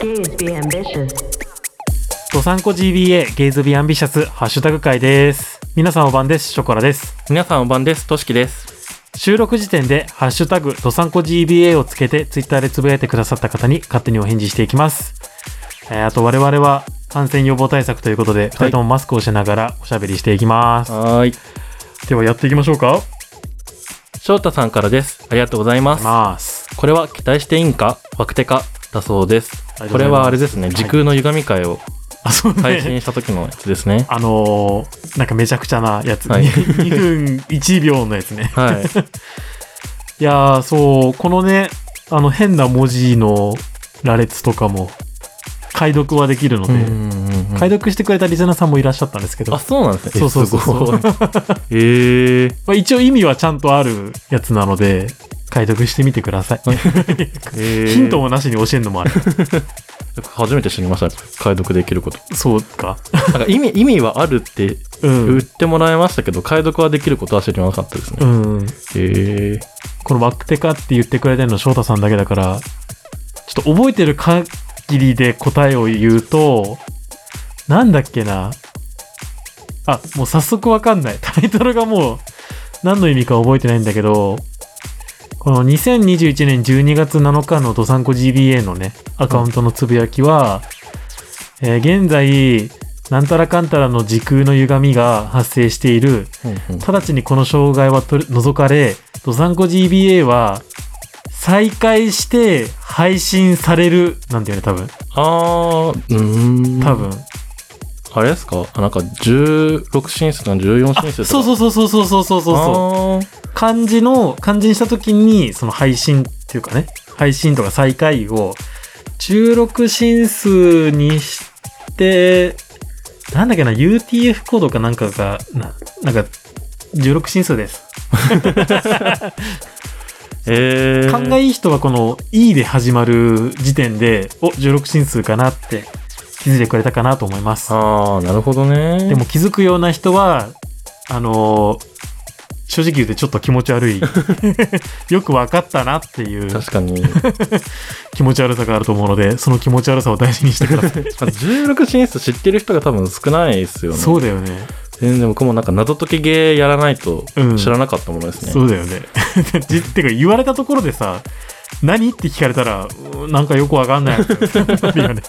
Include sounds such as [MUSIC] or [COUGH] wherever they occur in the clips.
Gays be ambitious. ドサンコ GBA ゲイズビアンビシャスハッシュタグ会です。皆さんお晩です。ショコラです。皆さんお晩です。としきです。収録時点でハッシュタグドサンコ GBA をつけてツイッターでつぶやいてくださった方に勝手にお返事していきます。えーあと我々は感染予防対策ということで、2人ともマスクをしながらおしゃべりしていきます。はーい。ではやっていきましょうか。翔太さんからです。ありがとうございます。ます。これは期待していいんかワクテカだそうですありがとうございま。すこれはあれですね、い時空の歪み会をあ、そう配ね。。信した時のやつですね [LAUGHS] あのー、なんかめちゃくちゃなやつ。 [LAUGHS] はい2分1秒のやつね。はい。いやー、そう、このね、あの変な文字の羅列とかも解読はできるので、うんうんうん解読してくれたリスナーさんもいらっしゃったんですけど、あ、そうなんですね。そうそうそうそうえすごいえー。まあ、一応意味はちゃんとあるやつなので、解読してみてくだ [LAUGHS] さい。えーヒントもなしに教えるのもある。初めて知りました解読できることそうか。なんか意味意味はあるってう言ん。ってもらいましたけど、解読はできることは知りなかったですねうん。へえこのワクテカって言ってくれてるの翔太さんだけだから、ちょっと覚えてる限りで答えを言うと、なんだっけな。あ、もう早速わかんない。 [LAUGHS] タイトルがもう何の意味か覚えてないんだけど、この2021年12月7日のドサンコ GBA のね、アカウントのつぶやきは、えー現在、なんたらかんたらの時空の歪みが発生している直ちにこの障害は取り除かれ、ドサンコ GBA は再開して配信されるなんだよね、多分。あーうーん多分。あれですかあなんか16進出とか14あ進出とかそうそううそうそうそうそうそうそう。そう漢字の、漢字にした時に、その配信っていうかね、配信とか再開を、16進数にして、なんだっけな、UTF コードかなんかが、ななんか、16進数です。えー、勘がいい人はこの E で始まる時点で、お、16進数かなって気づいてくれたかなと思います。ああなるほどねでも気づくような人は、あのー正直言うてちょっと気持ち [LAUGHS] 悪い。よくわかったなっていう確かに気持ち悪さがあると思うので、その気持ち悪さを大事にしてください。あ16進出知ってる人が多分少ないですよ [LAUGHS] ねそうだよね。全然僕もなんか謎解きゲーやらないとうん知らなかったものですね、そうだよね。 [LAUGHS] じってか言われたところでさ、何って聞かれたら、うんなんかよくわかんない。 [LAUGHS] なるよね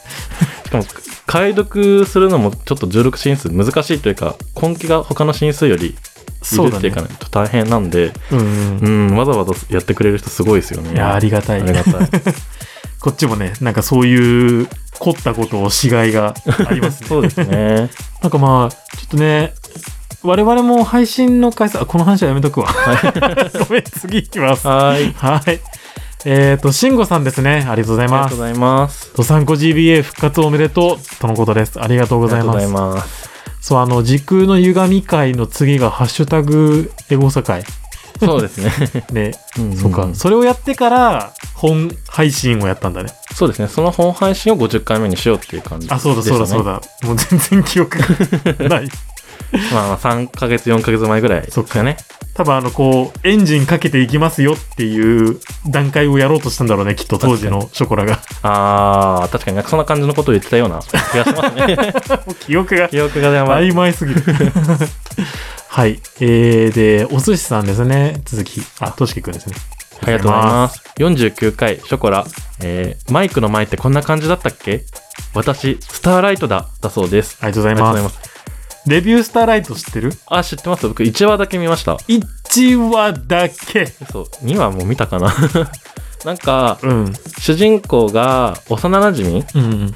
しかも解読するのもちょっと16進数難しいというか根気が他の進数よりいそうるだっていねうか。ねと大変なんでうんうんうんわざわざやってくれる人すごいですよねいや、ありがたあいり。がたいこっちもね、なんかそういう凝ったことをしがいがあり [LAUGHS] ますね。そうですねなんかまあ、ちょっとね、我々も配信の回数、あ、この話はやめとくわ。 [LAUGHS] ごめん、次いきます。ははいあい。えっ、と、慎吾さんですね。ありがとうございりがまとうすご。ざいますドサンコ GBA 復活おめでとうとのことです。ありがとうあございます。ますそう、あの、時空の歪み会の次が、ハッシュタグエゴサ会。そうですねね、うんうんそうか。それをやってから、本配信をやったんだね。そうですねその本配信を50回目にしようっていう感じあ、そうだそうだそうだだ。もう全然記憶がない。まあまあ3ヶ月4ヶ月前ぐらいですかね多分あの、こう、エンジンかけていきますよっていう段階をやろうとしたんだろうね、きっと当時のショコラが。ああ確かになんかそんな感じのことを言ってたような気がしますね [LAUGHS] もう [LAUGHS] 記憶が記憶がやば [LAUGHS] い曖昧すぎる。はい。えー、で、お寿司さんですね。続き。あ、としきくんですね。ありがとうございます。49回、ショコラ、えー、マイクの前ってこんな感じだったっけ私、スターライトだ、だそうです。ありがとうございありがとうまごす。ざいます。レビュースターライト知ってるあ、知ってます僕、1話だけ見ました。 ?1 話だけ。そう、2話も見たかな。 [LAUGHS] なんか、うん。主人公が幼馴染うん。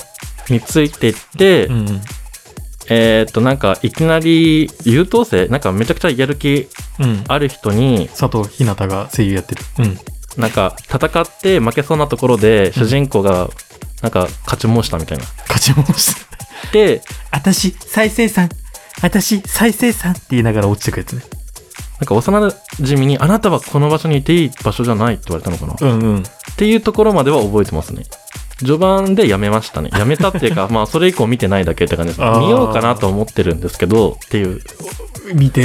についてって、うん。えーっと、なんか、いきなり、優等生なんか、めちゃくちゃやる気うん。ある人に、佐藤ひなたが声優やってる。うん。なんか、戦って負けそうなところで、主人公が、なんか、勝ち申したみたいな。勝ち戻した。で、 [LAUGHS] 私再生産私再生産って言いながら落ちてくやつねなんか幼馴染に、あなたはこの場所にいていい場所じゃないって言われたのかな、っうんうんていうところまでは覚えてますね。序盤でやめましたね。やめたってい [LAUGHS] うか、まあそれ以降見てないだけって感じです。あー見ようかなと思ってるんですけど、っていう。見て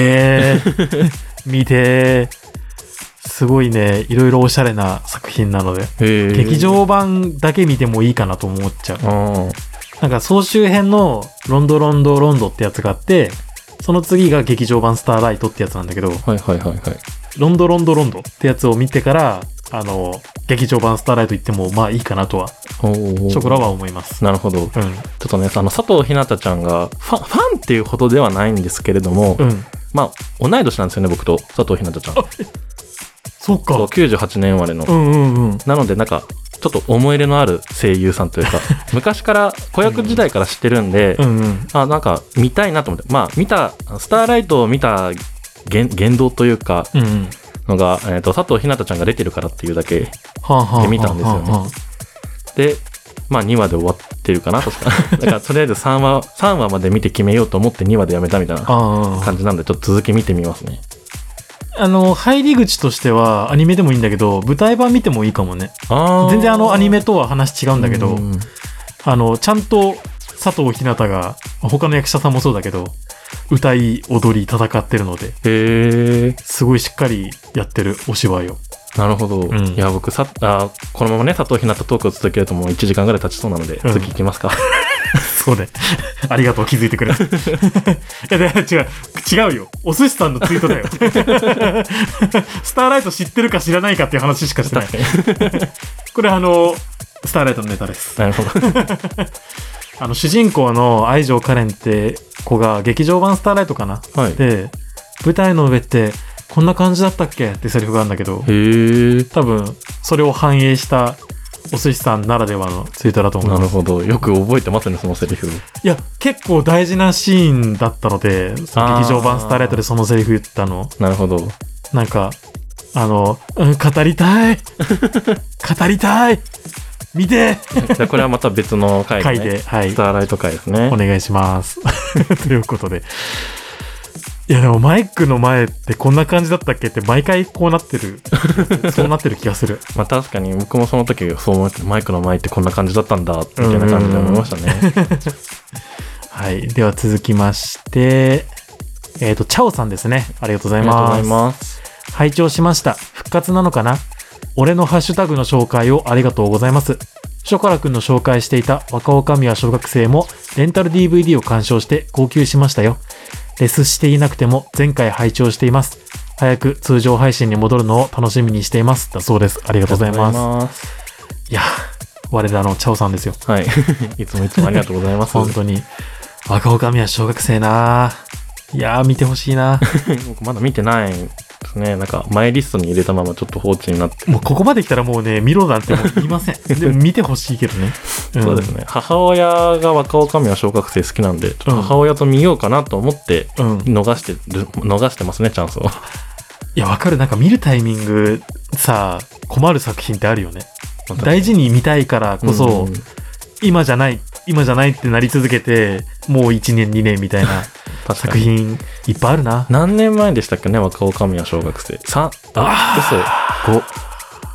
ー見てーすごいね、いろいろおしゃれな作品なので、へえ劇場版だけ見てもいいかなと思っちゃう。ああなんか総集編のロンドロンドロンドってやつがあって、その次が劇場版スターライトってやつなんだけど、はいはいはいはいロンドロンドロンドってやつを見てから、あの、劇場版スターライト行ってもまあいいかなとは、おおショコラは思います。なるほどちょうん。っとねあの佐藤ひなたちゃんがファンファンっていうほどではないんですけれども、うん。まあ同い年なんですよね僕と佐藤ひなたちゃんそっそうか。 98年生まれの、うんうんうん。なのでなんかちょっと思い入れのある声優さんというか [LAUGHS] 昔から子役時代から知ってるんで、うんうん。あなんか見たいなと思ってまあ見たスターライトを見た言言動というかうんうん。のが、えー、と佐藤ひなたちゃんが出てるからっていうだけはあ、はあはあはあ、で見たんですよねでまあ2話で終わってるかな確か [LAUGHS] だからとりあえず3話3話まで見て決めようと思って2話でやめたみたいなああ。感じなんでちょっと続き見てみますねあの、入り口としてはアニメでもいいんだけど、舞台版見てもいいかもね。あー全然あのアニメとは話違うんだけど、うんあの、ちゃんと佐藤ひなたが、他の役者さんもそうだけど、歌い、踊り、戦ってるので、へえすごいしっかりやってるお芝居を。なるほど、んいや僕さあこのままね佐藤ひなたトークを続けるともう1時間ぐらい経ちそうなので、ん次行きます [LAUGHS] かそうね。 [LAUGHS] ありがとう、気づいてくれ [LAUGHS] て。いや、だから違う。違うよ。お寿司さんのツイートだよ。 [LAUGHS] スターライト知ってるか知らないかっていう話しかしてない。これあの、スターライトのネタです。なるほどあの、主人公の愛情カレンって子が劇場版スターライトかなはいへで、舞台の上ってこんな感じだったっけってセリフがあるんだけど、え多分それを反映したお寿司さんならではのツイートだと思いなまるす。ほどよく覚えてますねそのセリフいや、結構大事なシーンだったので、その劇場版スターライトでそのセリフ言ったの、なるほどなんか、あの、うん、語りたい [LAUGHS] 語りたい見てじゃあこれはまた別の回回ねで、はいス。ターライト回ですねお願いします。 [LAUGHS] ということで。いやでもマイクの前ってこんな感じだったっけって毎回こうなって [LAUGHS] る。そうなってる気がする。まあ確かに僕もその時そう思ってマイクの前ってこんな感じだったんだみたいな感じで思いましたね。はい。では続きまして、えっ、と、チャオさんですね。ありがとうござあいりがとうごまざす。います。拝聴しました。復活なのかな俺のハッシュタグの紹介をありがとうございます。ショカラくんの紹介していた若女将は小学生もレンタル DVD を鑑賞して号泣しましたよ。レスしていなくても前回拝聴しています。早く通常配信に戻るのを楽しみにしています。だそうです。ありがとうございます。います。や、我らのチャオさんですよ。はい。 [LAUGHS] いつもいつもありがとうございます。本当に。若女将は小学生なぁ。いやー見てほしい [LAUGHS] なぁ僕まだ見てないですね。なんかマイリストに入れたままちょっと放置になって。もうここまで来たらもうね、見ろなんてもう言いません。でも見てほしいけどね。んそうですね。母親が若女将は小学生好きなんで、ちょっと母親と見ようかなと思ってうん。逃してる、逃してますね、チャンスを。いや、わかる。なんか見るタイミングさ、困る作品ってあるよね。 [LAUGHS] 大事に見たいからこそ、うん今じゃない、今じゃないってなり続けて、もう1年、2年みたいな [LAUGHS] 確か作に。品いっぱいあるな。何年前でしたっけね、若女将は小学生。3、あ、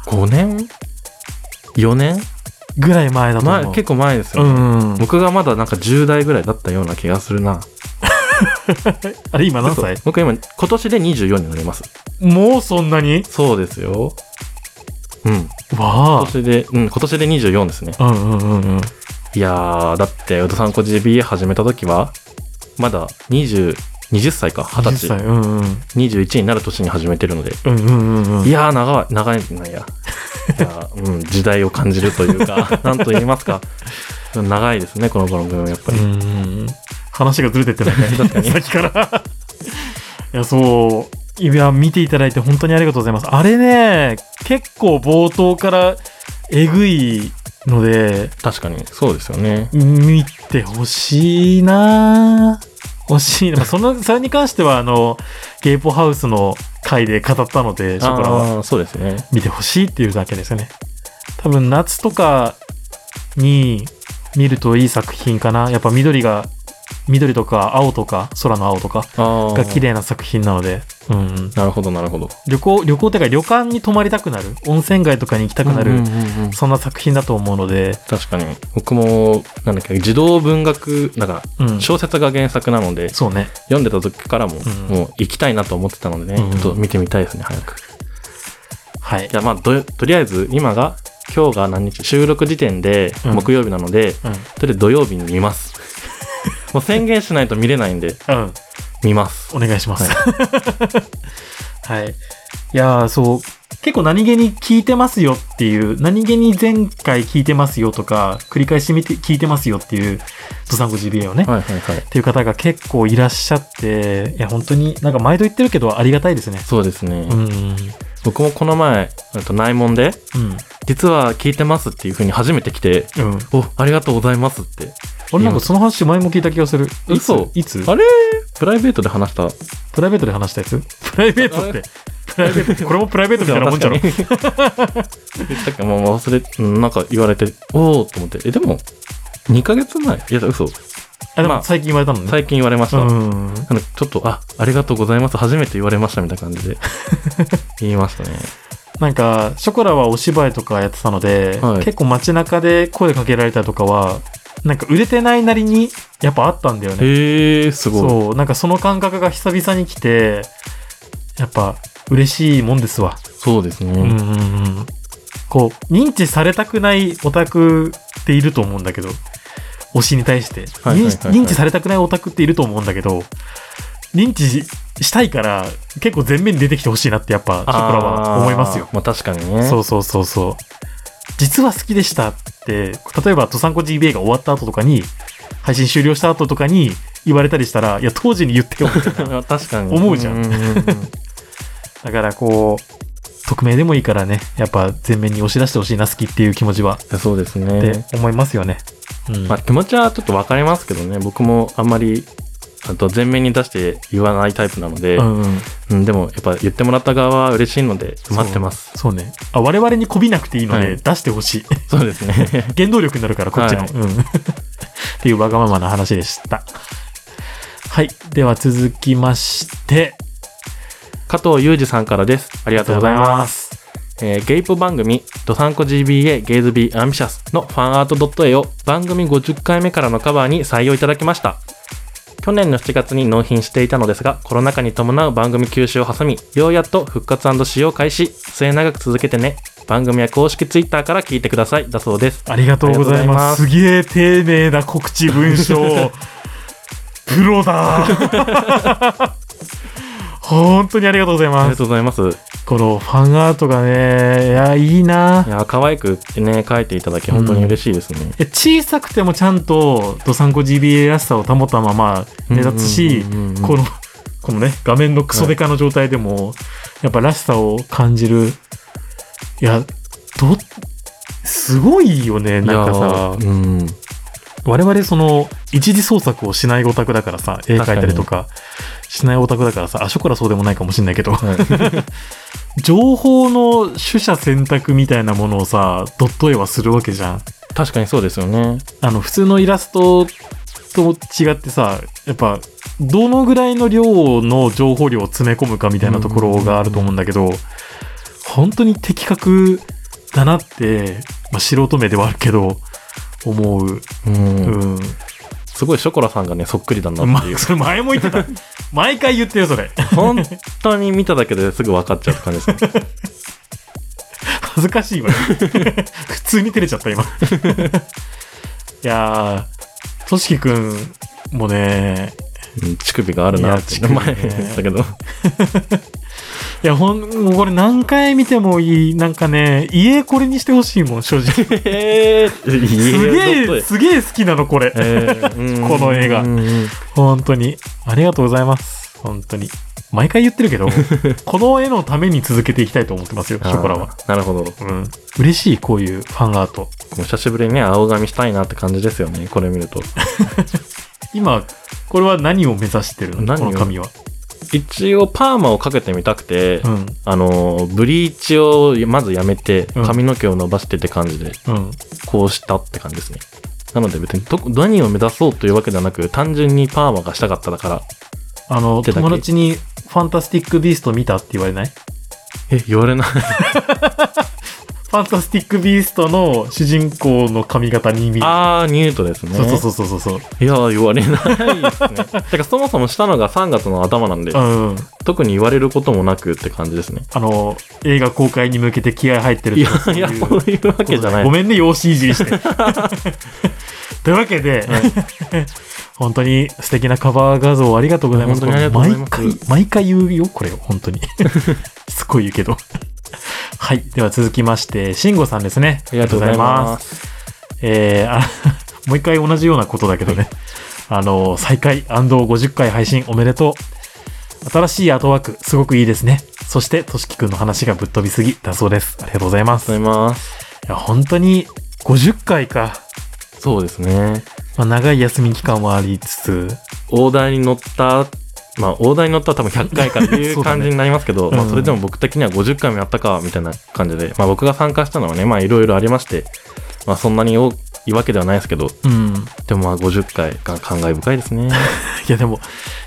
嘘。5、5年 ?4 年ぐらい前だと前思う。結構前でうすよ、ねんうん。僕がまだなんか10代ぐらいだったような気がするな。あれ、今何歳嘘僕今、今年で24になります。もうそんなにそうですよ。うん。今わ年で、うん、今年で24ですね。あ。うんうんうんうん。いやー、だって、うどさんこ GBA 始めた時は、まだ20、20歳か、20 20歳。歳。うんうん。 21になる年に始めてるので。うんうんうんうん。いやー、長い、長い、なんや。いやー [LAUGHS] うん、時代を感じるというか、 [LAUGHS] なんと言いますか。長いですね、この番組はやっぱうり。んうんうん。話がずれてってないね。 [LAUGHS] 確かにさっきから。いや、そう。いや、見ていただいて本当にありがとうございます。あれね、結構冒頭からえぐいので、確かに、そうですよね。見てほしいなぁ欲しいな。まあその、それに関しては、あの、ゲイポハウスの回で語ったので、ショコラはあーそうですね。見てほしいっていうだけですね。多分夏とかに見るといい作品かな。やっぱ緑が、緑とか青とか、空の青とか、ああ。が綺麗な作品なので、うん、なるほど、なるほど。旅行旅行ってか旅館に泊まりたくなる温泉街とかに行きたくなる、うんうんうんうんそんな作品だと思うので、確かに。僕も、なんだっけ、児童文学、だかうんら、、小説が原作なので、そうね読んでた時からも、んもう行きたいなと思ってたのでね、うんちょっと見てみたいですね、早く。はいじ。ゃあまあどとりあえず今が今日が何日収録時点でうん木曜日なので、うん。とりあえず土曜日に見ます [LAUGHS] もう宣言しないと見れないんでうん。見ますお願いします。 [LAUGHS] はい。い、やー、そう。結構何気に聞いてますよっていう、何気に前回聞いてますよとか、繰り返し見て聞いてますよっていう、ドサンゴ GBA をね、はいはいはいっていう方が結構いらっしゃって、いや、本当になんか毎度言ってるけどありがたいですね。そうですね、うん。うん。僕もこの前えっと内門で実は聞いてますっていう風に初めて来てうん。おありがとうございますって俺なんかその話前も聞いた気がする。いつ嘘いつあれプライベートで話したプライベートで話したやつプライベートっあれて。プライベートってこれもプライベートみたいなもんじゃろ。確かに言ったっけもう忘れうんなんか言われておおと思ってえでも2ヶ月前いや嘘あ、でまあも最近言われたのね。最近言われました、うん。なんでちょっとあありがとうございます初めて言われましたみたいな感 [LAUGHS] じで言いましたねなんか、ショコラはお芝居とかやってたので、はい結構街中で声かけられたりとかは、なんか売れてないなりに、やっぱあったんだよね。へえすごいそう、なんかその感覚が久々に来て、やっぱ嬉しいもんですわ。そうですね、うんうんうん。こう、認知されたくないオタクっていると思うんだけど、推しに対して。はいはいはい認知認知されたくないオタクっていると思うんだけど、認知ししたいから、結構前面に出てきてほしいなってやっぱ、ショコラは思いますよあ。ーまあ確かにねそうそうそうそう。実は好きでしたって、例えば、トサンコ GBA が終わった後とかに、配信終了した後とかに言われたりしたら、いや、当時に言ってよみ [LAUGHS] たいな。 [LAUGHS] 確かに思うじゃんんうんうんだから、こう、匿名でもいいからね、やっぱ前面に押し出してほしいな、好きっていう気持ちは、そうですねって思いますよね。うん。まあ、気持ちはちょっと分かりますけどね僕もあんまりあと前面に出して言わないタイプなので、うんうんうんでもやっぱ言ってもらった側は嬉しいので待ってますそうねあ我々にこびなくていいのはでい出してほしい、 [LAUGHS] そうですね [LAUGHS] 原動力になるからこっちの、はいうんっていうわがままな話でしたはいでは続きまして加藤裕二さんからですありあがとうございますすえーゲイポ番組「ドサンコ GBA ゲイズビーアンビシャス」のファンアート .a を番組50回目からのカバーに採用いただきました去年の7月に納品していたのですがコロナ禍に伴う番組休止を挟みようやっと復活使用開始末永く続けてね番組は公式 Twitter から聞いてくださいだそうですありがとうございますすあげえ丁寧な告知文 [LAUGHS] 章プロだ本当にありがとうございありまがすとうございますいこのファンアートがねいやいいなやー可愛くね書いていただき本当に嬉しいですね、いや小さくてもちゃんとドサンコ GBA らしさを保ったまま目立つしうんうんうんうんこのこのね画面のクソデカの状態でも、やっぱらしさを感じるいやどすごいよねなんかさいやーうん我々その一時創作をしないオタクだからさ絵描いたりとかしないオタクだからさあショコラそうでもないかもしれないけどは [LAUGHS] い情報の取捨選択みたいなものをさドット絵はするわけじゃん。確かにそうですよねあの、普通のイラストと違ってさ、やっぱ、どのぐらいの量の情報量を詰め込むかみたいなところがあると思うんだけど、本当に的確だなって、まあ、素人目ではあるけど、思う。うんうん。すごいショコラさんがねそっくりだなまっていうあ、それ前も言ってた。毎回言ってるよ、それ。本当に見ただけですぐ分かっちゃう感じですね恥ずかしいわ。 [LAUGHS] 普通に照れちゃった、今。 [LAUGHS] いやー、としきくんもね、 [LAUGHS] うん乳首があるなっていや乳首ね前言ったけ [LAUGHS] どいや、ほん、もうこれ何回見てもいい。なんかね、家これにしてほしいもん、正 [LAUGHS] 直。えー、すえげえ、ーすげえ好きなの、これ。えこの映画うんうん本当に。ありがとうございます。本当に。毎回言ってる [LAUGHS] けど、この絵のために続けていきたいと思ってますよ、ショコラは。あーなるほどもうん。嬉しい、こういうファンアート。う久しぶりにね青髪したいなって感じですよねこれ見ると今、これは何を目指してるの何をこの紙は。一応パーマをかけてみたくて、うん。あのブリーチをまずやめてうん髪の毛を伸ばしてって感じでうん。こうしたって感じですねなので別にと何を目指そうというわけではなく単純にパーマがしたかっただからあの、手だけ友達に、ファンタスティックビースト見たって言われないえ言われないフファンタスティック・ビーストの主人公の髪型に見える。 [LAUGHS] ああ、ニュートですね。そうそうそうそうそう。いやー、言われないです [LAUGHS] ね。てか、そもそもしたのが3月の頭なんで、うん。特に言われることもなくって感じですね。あの、映画公開に向けて気合入ってるいとやかそういいや、うそういうわけじゃない。ごめんね、用紙いじり [LAUGHS] して。 [LAUGHS] というわけで、本当に素敵なカバー画像ありがとうございます。本当にありがとうございます毎回、毎回言うよ、これを、本当に。 [LAUGHS] すごい言うけど。 [LAUGHS] はい。では続きまして、慎吾さんですね。。ありがとうございますす。えーあ [LAUGHS] もう一回同じようなことだけどね。あの、再開 &50 回配信おめでとう。新しいアートワーク、すごくいいですね。そして、としきくんの話がぶっ飛びすぎだそうです。ありがとうございますあ。りがとうございます。いや、本当に50回か。そうですね。まあ、長い休み期間もありつつ、オーダーに乗った、まあ、オーダーに乗ったら多分100回かって [LAUGHS] いそううだね感じになりますけど、まうあ、んそれでも僕的には50回もやったか、みたいな感じで、まあ、僕が参加したのはね、まあ、いろいろありまして、まあ、そんなに多いわけではないですけど、うん。でもまあ、50回が感慨深いです [LAUGHS] ね。いや、でも、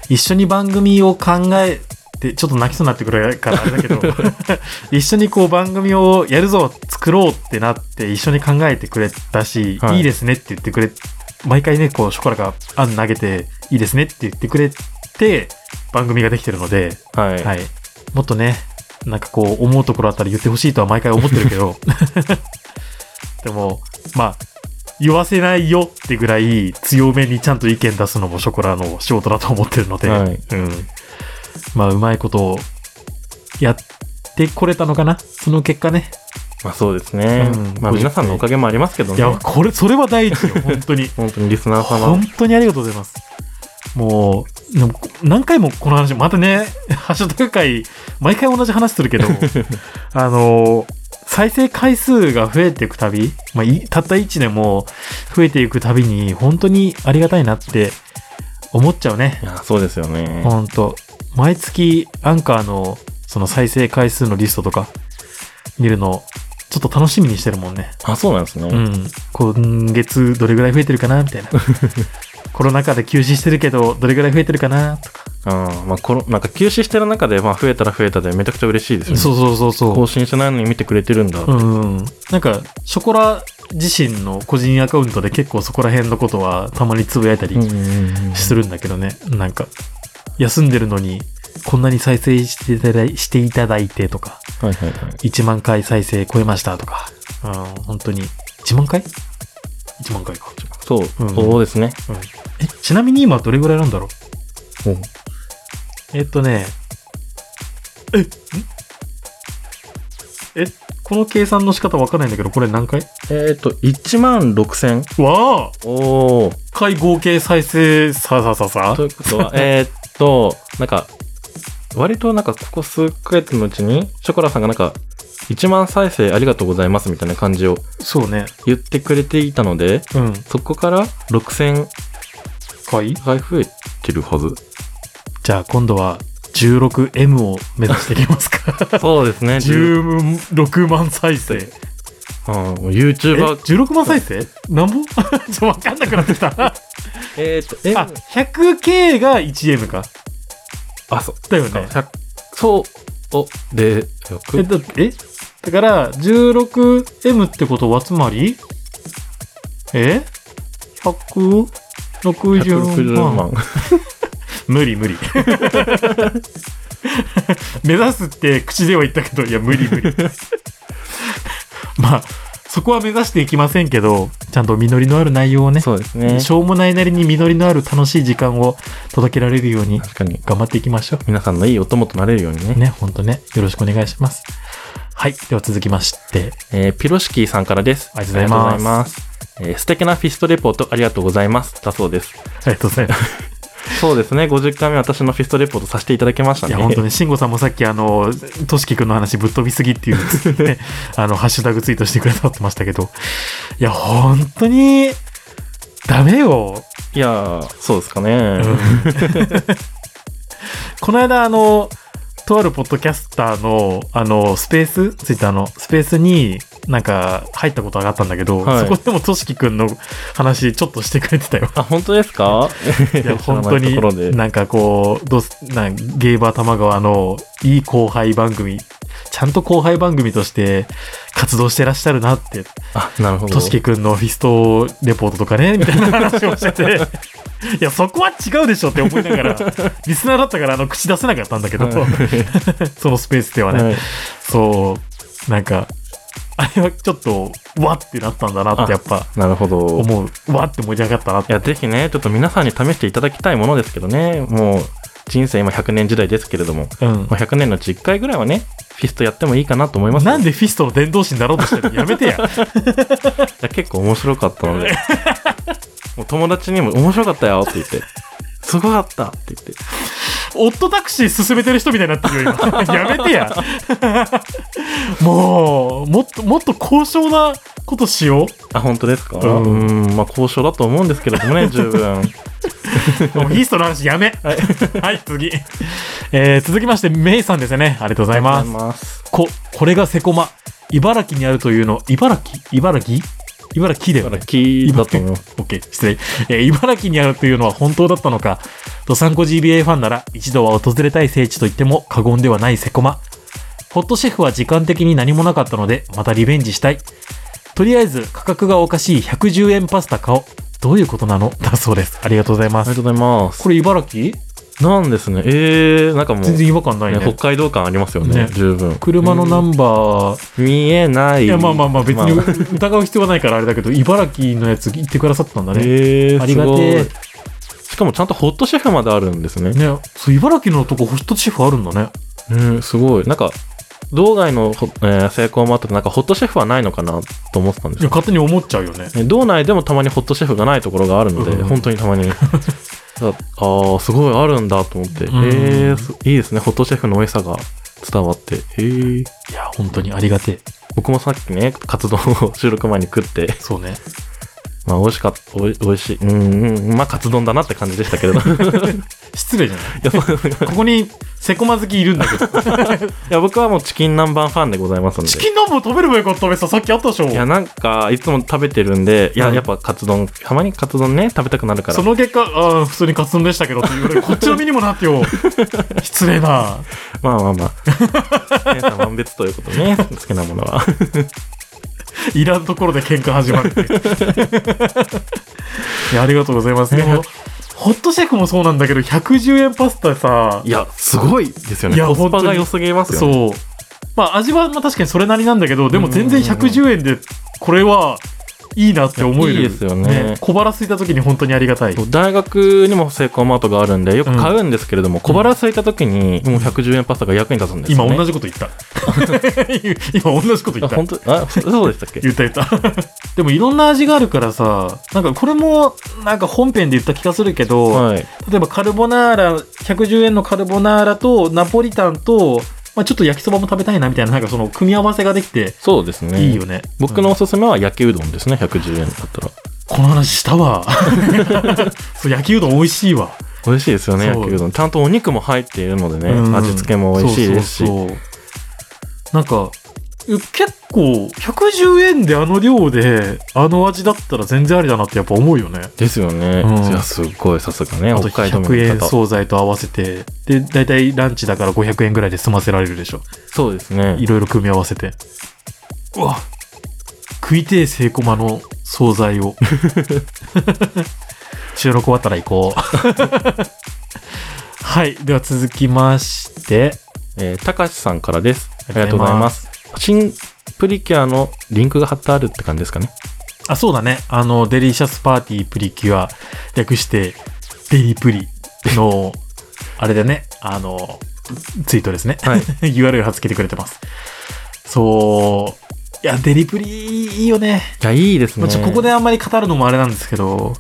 一緒に番組を考えて、ちょっと泣きそうになってくるからあれだけ [LAUGHS] ど、一緒にこう番組をやるぞ、作ろうってなって、一緒に考えてくれたし、はいい、いですねって言ってくれ、毎回ね、こう、ショコラが案投げて、いいですねって言ってくれて、番組ができてるので、はい。はい。もっとね、なんかこう、思うところあったら言ってほしいとは毎回思ってるけど、 [LAUGHS] でも、まあ、言わせないよってぐらい強めにちゃんと意見出すのもショコラの仕事だと思ってるので、はいうん。まあ、うまいことをやってこれたのかなその結果ね。まあ、そうですね。うんまあ、皆さんのおかげもありますけどいやね、。これ、それは第一よ、本当に。本当にリスナー様本。当にありがとうございます。もう、でも何回もこの話、またね、 [LAUGHS] ハッシュタグ会、毎回同じ話するけど、あの、再生回数が増えていくたび、まあ、いたった1年も増えていくたびに、本当にありがたいなって思っちゃうねい。や、そうですよね。本当毎月、アンカーの、その再生回数のリストとか、見るの、ちょっと楽しみにしてるもんね。あ、そうなんですね。うん、今月どれぐらい増えてるかなみ [LAUGHS] たいなコロナ禍で休止してるけどどれぐらい増えてるかなとか、ああ、まあ、この、なんか休止してる中で、まあ、増えたら増えたで、めちゃくちゃ嬉しいですよね。そうそうそうそ更新してないのに見てくれてるんだ。う、うん、なんかショコラ自身の個人アカウントで結構そこら辺のことはたまにつぶやいたりうんうんうんうんするんだけどね、なんか休んでるのにこんなに再生していただいしていただいてとかはいはいはい。 1万回再生超えましたとか、うん、本当に1万回 ?1 万回か、そう、うんそうですね。うん、えちなみに今どれぐらいなんだろうえっとね、え、んえ、この計算の仕方わかんないんだけど、これ何回えっ、と、1万6000。わあおお。回合計再生、さあさあさあさということは、えっと、なんか、割となんか、ここ数ヶ月のうちに、ショコラさんがなんか、1万再生ありがとうございますみたいな感じをあ。そうね。言ってくれていたので、うん。そこから6000回回増えてるはず。じゃあ今度は 16M を目指していきます [LAUGHS] か。そうです [LAUGHS] ね。10 16万再生。え、うん、YouTuber、 16万再生なんぼ [LAUGHS] ちょっとわかんなくなってきた。あ、えっ、と、え、あ、 100K が 1M か。あそう、だよかね。 100そう、お、で、え6だえだから 16M ってことはつまりえ ?160 160万万。無理無 [LAUGHS] 理目指すって口では言ったけどいや無理無 [LAUGHS] 理まあそこは目指していきませんけどちゃんと実りのある内容をね [LAUGHS] そうですね。しょうもないなりに実りのある楽しい時間を届けられるように確かに。頑張っていきましょう皆さんのいいお供となれるようにね。ね、ほんとね、よろしくお願いします。はい、では続きまして、えーピロシキーさんからです。ありがとうございますありがとうござすえー素敵なフィストレポートありがとうございます。だそうです。ありがとうございます。そうですね。50回目私のフィストレポートさせていただきましたいね。や、本当ね、慎吾さんもさっき、あの、としきくんの話ぶっ飛びすぎって [LAUGHS] いう、ね、あの、ハッシュタグツイートしてくださってましたけど、いや、本当に、ダメよ。いやーそうですかね。この間、あの、とあるポッドキャスターの、あの、スペース、ツイッターのスペースに、なんか、入ったことがあったんだけど、はいそこでもとしきくんの話、ちょっとしてくれてたよ。あ、本当ですかい [LAUGHS] や、本当知らないところでに、なんかこう、どうすなんゲーバー玉川のいい後輩番組、チちゃんと後輩番組として活動してらっしゃるなって、あ、なるほど。としきくんのフィストレポートとかね、みたいな話をしてて、 [LAUGHS] いや、そこは違うでしょって思いなが [LAUGHS] ら、リスナーだったから、あの、口出せなかったんだけど、は [LAUGHS] そのスペースではね、いはいそう、なんか、あれはちょっと、わってなったんだなって、やっぱ、なるほど。思う。わって盛り上がったなっいて。や、ぜひね、ちょっと皆さんに試していただきたいものですけどね、もう、人生今100年時代ですけれども、うんま。あ100年のうち1回ぐらいはね、フィストやってもいいかなと思いますよなんでフィストの伝道師になろうとしてるのやめて [LAUGHS] や。いや結構面白かったので、もう友達にも面白かったよって言って、すごかったって言って、オットタクシー進めてる人みたいになってるよ、今。 [LAUGHS] やめてや。もう、もっと、もっと高尚なことし [LAUGHS] よあ、本当ですかううんん、まあ交渉だと思うんですけれどもね、十分。う。もうフィストの話やめ。はい [LAUGHS] はい、次。えー、続きまして、メイさんですね。ありがとうござい [LAUGHS] あます。りがとうございます。こ、これがセコマ。茨城にあるというの、茨城茨城茨城だよだかねら、。キーだと思います。オッケー、失礼。えー茨城にあるというのは本当だったのか。ドサンコ GBA ファンなら一度は訪れたい聖地と言っても過言ではないセコマ。ホットシェフは時間的に何もなかったので、またリベンジしたい。とりあえず価格がおかしい110円パスタ買おう。どういうことなのだそうです。ありがとうございまありがす。とうございます。これ茨城なんですね。えー、なんかもう、全然違和感ないねね。北海道感ありますよね、ね十分。車のナンバー、見えない。いやまあまあまあ別にまあ疑う必要はないからあれだけど、茨城のやつ言ってくださったんだね。えー、ありがてえすごいしかもちゃんとホットシェフまであるんですね。ね、そう、茨城のとこホストシェフあるんだね。うん、すごい。なんか、道外のほ、えー、成功もあって、なんかホットシェフはないのかなと思ってたんですいや、よ。勝手に思っちゃうよね。ね道内でもたまにホットシェフがないところがあるので、うん本当にたまに。だああ、すごいあるんだと思って。うんえーすいいですね。ホットシェフの美味しさが伝わって。へえいや、本当にありがてえ。僕もさっきね、カツ丼を収録前に食って、そうね。まあ美味しかった、おい美味しい。うんうん、まあカツ丼だなって感じでしたけれど。い失礼じゃないやそういここに、セコマ好きいるんだ [LAUGHS] けど。や、僕はもうチキン南蛮ファンでございますので。チキン南蛮食べればよかったべさ、さっきあったでしょい。や、なんか、いつも食べてるんで、いや、うんやっぱカツ丼、たまにカツ丼ね、食べたくなるから。その結果、ああ、普通にカツ丼でしたけどって言われる。こっちの身にもなってよ。 [LAUGHS] 失礼な。まあまあまあ。皆さん、万別ということね、好きなものは。いらんところで喧嘩始まるって。 [LAUGHS] いや、ありがとうございます。でも、ホットシェフもそうなんだけど、110円パスタさい、や、すごいですよね。いやコス本パ当がに良すぎますよね。そう。まあ、味はまあ確かにそれなりなんだけど、でも全然110円で、これは、いいなって思える。いやいいですよね小腹空いた時に本当にありがたい。そう大学にもセイコーマートがあるんで、よく買うんですけれども、小腹空いた時に、もう110円パスタが役に立つんですよ、今ね。同じ。じこと言った。 [LAUGHS] 今同じこと言った。本当あ、そそうでした [LAUGHS] っけ言った言 [LAUGHS] った。でもいろんな味があるからさ、なんかこれもなんか本編で言った気がするけど、はい。例えばカルボナーラ、110円のカルボナーラとナポリタンと、まあ、ちょっと焼きそばも食べたいなみたいな、なんかその組み合わせができてそうですね。いいよね。僕のおすすめは焼きうどんですね、110円だったら。この話したわ。 [LAUGHS] そう、焼きうどん美味しいわ。美味しいですよね、そう焼きうどん。ちゃんとお肉も入っているのでね、うん味付けも美味しいですし。そうそうそうなんか、う結構、110円であの量で、あの味だったら全然ありだなってやっぱ思うよね。ですよね。うんいや、すごい、さすがね。あと北海道の100円方。そう惣菜と合わせて、で、大体ランチだから500円ぐらいで済ませられるでしょ。ですねい。ろいろ組み合わせて。うわ食いてえセイコマの惣菜を。収録終わったら行こう。はい。では続きまして、えー、たかしさんからです。あありりががととううごござざいいま。ます新プリキュアのリンクが貼ってあるって感じですかね。あ、そうだね。あの、デリシャスパーティープリキュア、略して、デリプリの、あれだね、あの、ツイートですね。 [LAUGHS] はい。 URL 貼っつけてくれてます。そう、いや、デリプリいいよね。いや、いいですまね。あちょここであんまり語るのもあれなんですけど、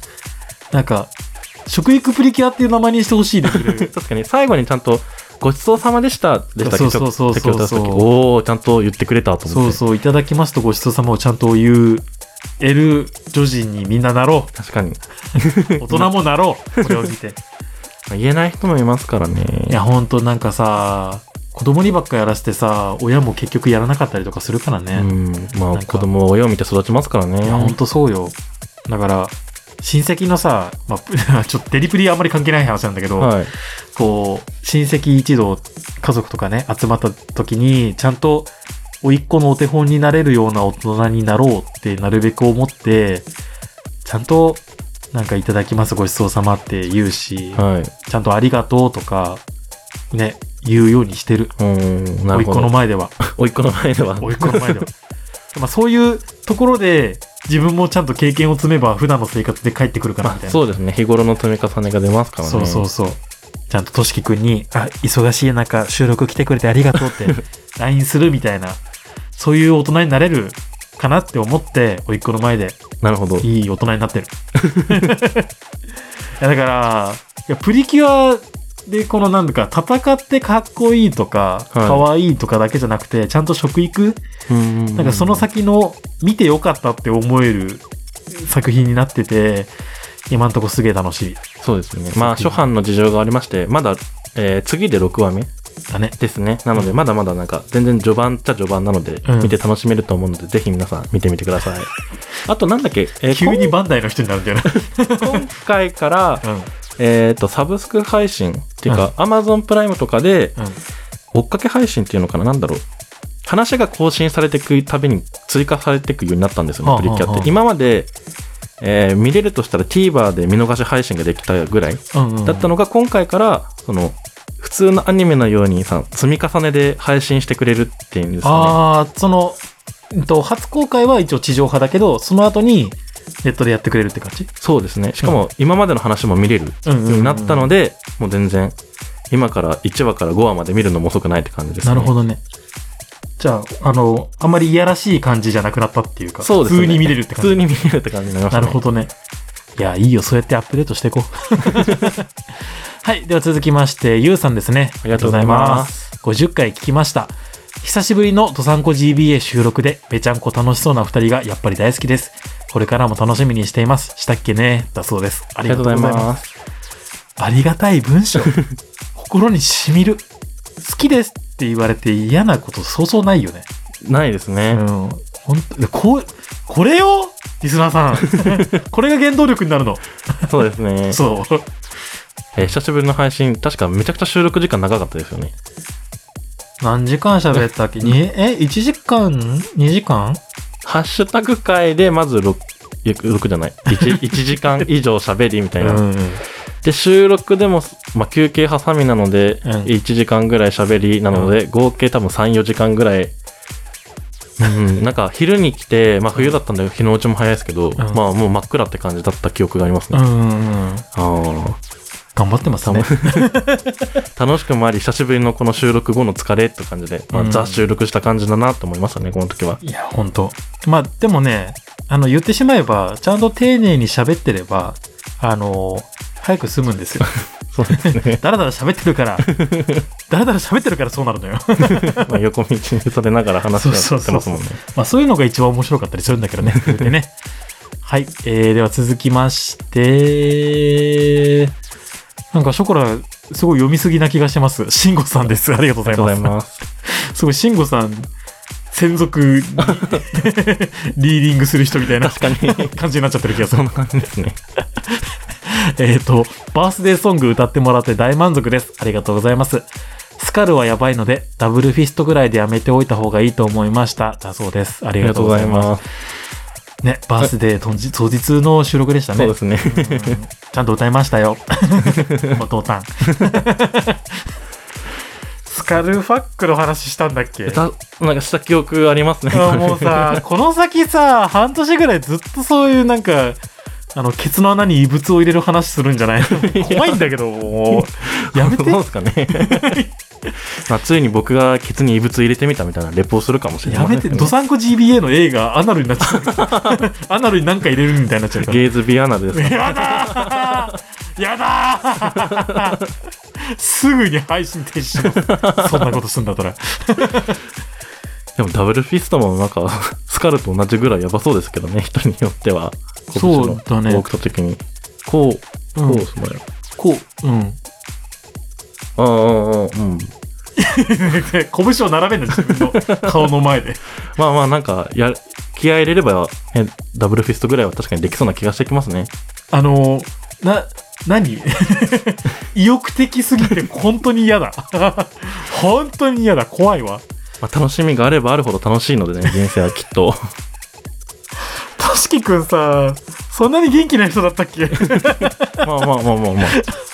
なんか、食育プリキュアっていう名前にしてほしい [LAUGHS] ですね確かに、最後にちゃんと、ごちそうさまでした、でしたっけそうそうそうそうちょっとさっき歌った時おおちゃんと言ってくれたとそ思うって。そう、いただきますとごちそうさまをちゃんと言う、得る女人にみんななろ確かに。まう。大人もなろう。これを見て。あ言えない人もいますからね。 [LAUGHS] いや、ほんとなんかさ、子供にばっかやらせてさ、親も結局やらなかったりとかするからうね。ん。まなあ、んか子供は親を見て育ちますからね。いや、ほんとそうよ。だから、親戚のさ、まあ、 [LAUGHS] ちょっとデリプリあんまり関係ない話なんだけど、はい。こう、親戚一同、家族とかね、集まった時に、ちゃんと、甥っ子のお手本になれるような大人になろうってなるべく思って、ちゃんと、なんかいただきますごちそうさまって言うし、はい。ちゃんとありがとうとか、ね、言うようにしてる。うーん、な甥るっほ子ど。の前で [LAUGHS] は。おいっ子の前で [LAUGHS] は。甥っ子の前では。まあそういうところで、自分もちゃんと経験を積めば、普段の生活で帰ってくるかなまみたいな。あ、そうですね。日頃の積み重ねが出ますからね。そうそうそう。ちゃんととしきくんに、あ、忙しい中、収録来てくれてありがとう [LAUGHS] って、LINE するみたいな、そういう大人になれるかなって思って、甥っ子の前で、なるほど。いい大人になってる。 [LAUGHS] いやだから、いやプリキュアで、このなんだか、戦ってかっこいいとか、はい可愛いとかだけじゃなくて、ちゃんと食育、ななんかその、先の見てよかったって思える作品になってて、今んとこすげえ楽しい。そうですね。まあ、初版の事情がありまして、まだ、えー次で6話目だね。ですね。なので、まだまだなんか、全然序盤っちゃ序盤なのでうん、見て楽しめると思うので、ぜひ皆さん見てみてくだ [LAUGHS] さい。あと、なんだっけ、 [LAUGHS] えー急にバンダイの人になるんだよな。 [LAUGHS] 今回から、うん。 [LAUGHS] えっと、サブスク配信っていうか、Amazon プライムとかで、うん。追っかけ配信っていうのかななんだろう。話が更新されていくたびに追加されていくようになったんですよね、はあプリキュアはっあはて。あ今まで、えー見れるとしたら TVer で見逃し配信ができたぐらいうんうんだったのが、今回から、その、普通のアニメのようにさ、積み重ねで配信してくれるっていうんですかああ、その、うんと、初公開は一応地上波だけど、その後にネットでやってくれるって感じね。そうですね。しかも、今までの話も見れるようんうになったので。で、もう全然、今から1話から5話まで見るのも遅くないって感じです、なね。るほど。どね。じゃあ、あの、あまりいやらしい感じじゃなくなったっていうか、そうですね普通に見れるって感普じ。通に見れるって感じになりましなた、るね。ほどね。いや、いいよ。そうやってアップデートしていこう。 [LAUGHS] はい。では続きまして、ゆうさんですね。ありがとうございます。 50回聞きました。久しぶりのドサンコ GBA 収録で、めちゃんこ楽しそうな2人がやっぱり大好きです。これからも楽しみにしています。したっけねだそうです。あありりがとがとううござございいま。ますす。ありがたい文 [LAUGHS] 章。心に染みる。好きですって言われて嫌なことそうそうないよね。ないですね。うん。本当こう、これよリスナーさん。 [LAUGHS] これが原動力になるの。そうです [LAUGHS] ね。そう。えー久しぶりの配信、確かめちゃくちゃ収録時間長かったですよね。何時間喋ったっけにえ、1時間 ?2 時間ハッシュタグ会でまず 6, 6じゃない 1, 1時間以上喋りみたいな、うん。で収録でも、まあ、休憩挟みなので、うん1時間ぐらい喋りなので、合計多分34時間ぐらい、うん、なんか昼に来て、まあ、冬だったんで日のうちも早いですけど、まあもう真っ暗って感じだった記憶がありますうね、ん。あ頑張ってますね。ー楽しくもあり久しぶりのこの収録後の疲れって感じで、まあうんザ収録した感じだなと思いましたねこの時はいや、本当まあ、でもね、あの、言ってしまえば、ちゃんと丁寧に喋ってれば、あの、早く済むんです [LAUGHS] よ。そうですねだらだら喋ってるから、 [LAUGHS] だらだら喋ってるからそうなるのよ。 [LAUGHS] まあ、横道にそれながら話し合ってますもんね。 [LAUGHS] まあ、そういうのが一番面白かったりするんだけど [LAUGHS] ね。言うてね。はい。えー、では続きまして、なんかショコラ、すごい読みすぎな気がします。慎吾さんです。ありがとうあごりがとうござざいいます。ます。すごい、慎吾さん、専 [LAUGHS] 属にリーディングする人みたいな確か [LAUGHS] に、感じになっちゃってる気がすそるん。な感じですね。えっ、と、バースデーソング歌ってもらって大満足です。ありがとうございます。スカルはやばいので、ダブルフィストぐらいでやめておいた方がいいと思いました。だそうです。あありがとうございます。す。ね、バースデー当日当日の収録でしたそうねで。すね。うんちゃんと歌いま [LAUGHS] したよ。お父 [LAUGHS] さん。スカルファックの話したんだっけ歌、なんかした記憶ありますね。あもうさ、この先さ、半年ぐらいずっとそういうなんか、あの、ケツの穴に異物を入れる話するんじゃ [LAUGHS] ないの怖いんだけど、もう。やめてそう。ですかね。 [LAUGHS] まあ、ついに僕がケツに異物入れてみたみたいなレポをするかもしれな [LAUGHS] やい、めて、ドサンコ GBA の映画、アナルになっちゃう。アナルになんか入れるみたいになっちゃうから。ゲイズビアナルですかやだーやだー [LAUGHS] すぐに配信停止します。そんなことすんだったら。でもダブルフィストもなんか、スカルと同じぐらいやばそうですけどね、人によっては。そうだね動くと時に。こう、うこう、んそのよ。こう、うん。うんうんうんうん。拳を並べんの、自分の顔の前で。まあまあなんかや気合い入れれば、ね、ダブルフィストぐらいは確かにできそうな気がしてきますね。あの、な、何 [LAUGHS] 意欲的すぎて本当に嫌だ。本当に嫌だ。怖いわ。まあ、楽しみがあればあるほど楽しいのでね、人生はきっ [LAUGHS] と。としきくんさ、そんなに元気な人だったっけまあまあまあまあまあ。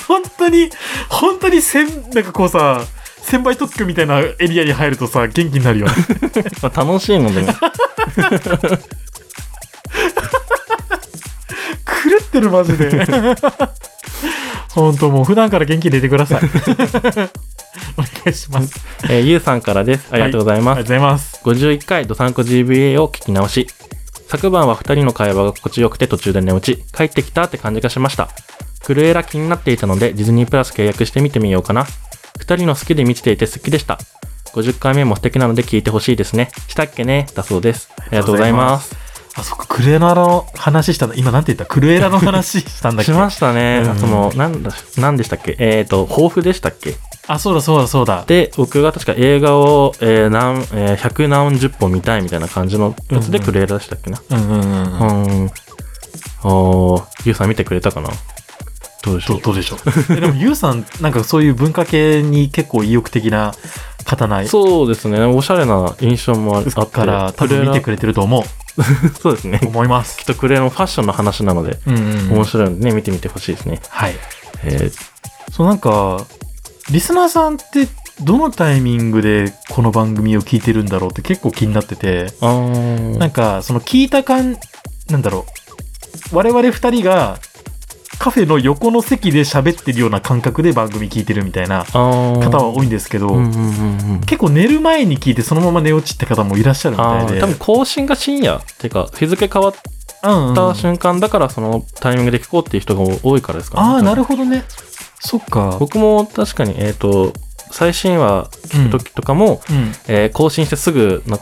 本当に、本当にせん、なんかこうさ、先輩特許みたいなエリアに入るとさ、元気になるよね。まあ、楽しいのでね。狂ってるマジで [LAUGHS] 本当もう普段から元気出てく [LAUGHS] ださいお願いしますえーゆうさんからです。ありがとうございまあすりがとうご。ざいます51回ドサンコ GBA を聞き直し昨晩は2人の会話が心地よくて途中で寝落ち帰ってきたって感じがしましたクルエラ気になっていたのでディズニープラス契約してみてみようかな2人の好きで満ちていて好きでした50回目も素敵なので聞いてほしいですねしたっけねだそうですありがとうございますあそっかクルエラの話したの今なんて言ったクルエラの話したんだっしけましたね、うんそのなんだなんでしたっけえっ、と抱負でしたっけ [LAUGHS] あそうだそうだそうだで僕が確か映画を、えー何えー100何十本見たいみたいな感じのやつでクルエラでしたっけな、うんうんうんうんうん。おー、ゆうさん見てくれたかなどうでしょどうどうでしょうえでもゆうさんなんかそういう文化系に結構意欲的な方ないそうですね。おしゃれな印象もああって。から多分見てくれ。れてると思う [LAUGHS] そうですね。きっ思いますとクレのファッションの話なので、うんうん面白いのでね、見てみてほしいですね。はいえそうなんかリスナーさんってどのタイミングでこの番組を聞いてるんだろうって結構気になっててー、あなーんかその聞いた感なんだろう我々2人がカフェの横の席で喋ってるような感覚で番組聞いてるみたいなあー。方は多いんですけど、うんうんうんうん。結構寝る前に聞いてそのまま寝落ちって方もいらっしゃるみあたーいで多分更新が深夜っていうか日付変わっうんうんた瞬間だからそのタイミングで聞こうっていう人が多いからですかね、ああなるほほどねそっか僕も確かにえっ、と最新話うんの時とかも、うん、えー更新してすぐの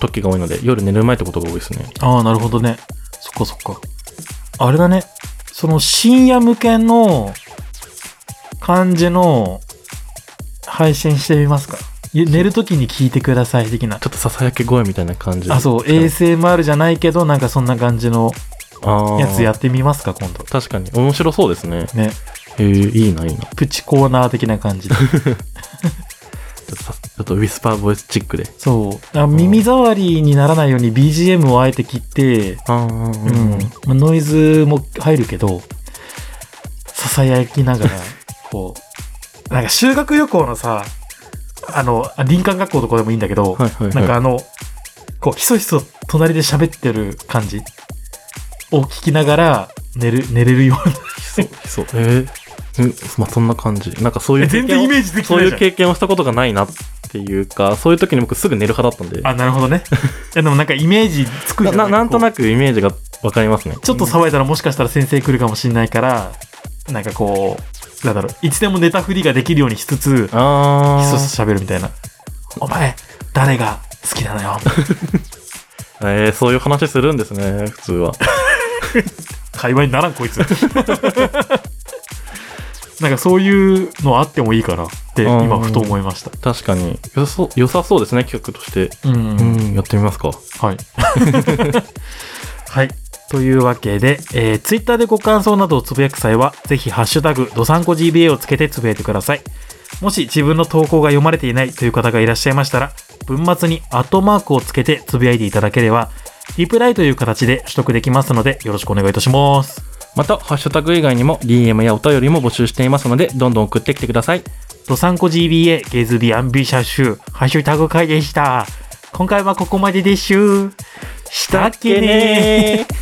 時が多いので、夜寝る前ってことが多いですね。ああ、なるほどね。そっかそっか。あれだね。その深夜向けの感じの配信してみますか。ゆ寝るときに聞いてください的なち。ょっとささやき声みたいな感じで。あ、そう、ASMR じゃないけど、なんかそんな感じのあーやつやってみますか、今度。確かに。面白そうですね。ね。へえ、いいな、いいな。ちょプチコーナー的な [LAUGHS] 感じで。っとさ、ちょっとウィスパーボイスチックで。そう。あ耳障りにならないように BGM をあえて切って、あーうん。まあノイズも入るけど、ささやきな [LAUGHS] がら、こう、なんか修学旅行のさ、あの、あ林間学校とかでもいいんだけど、はいはいはい。なんかあの、こう、ひそひそ隣で喋ってる感じを聞きながら寝る、寝れるようそう、そう。えー、うん、まあ、そんな感じ。なんかそういな。う経験全を然イメージできそなういいじゃ。うん経験をしたことがないなっていうか、そういう時に僕すぐ寝る派だったんで。あ、なるほどね。いやでもなんかイメージつくじなゃんななんとなく。こくイメージがわかりますね。うちょっと騒いだらもしかしたら先生来るかもしんないから、なんかこう、なんだろう、いつでも寝たふりができるようにしつつ、あひそーひそ喋るみたいな。お前、誰が好きなのよ。えー、そういう話するんですね、普通は。 [LAUGHS] 会話にならん、こいつ。 [LAUGHS] なんかそういうのあってもいいかなってうん今ふと思いました。確かに良さそう良さそうですね企画としてうん、うんやってみますかはい。はい。というわけで、えー、ツイッターでご感想などをつぶやく際は、ぜひハッシュタグ、どさんこ GBA をつけてつぶやいてください。もし自分の投稿が読まれていないという方がいらっしゃいましたら、文末にアットマークをつけてつぶやいていただければ、リプライという形で取得できますので、よろしくお願いいたします。またハッシュタグ以外にも DM やお便りも募集していますのでどんどん送ってきてくださいドサンコ GBA ゲズビアンビシャッシュハッシュタグ会でした。今回はここまででしゅ。したっけねー。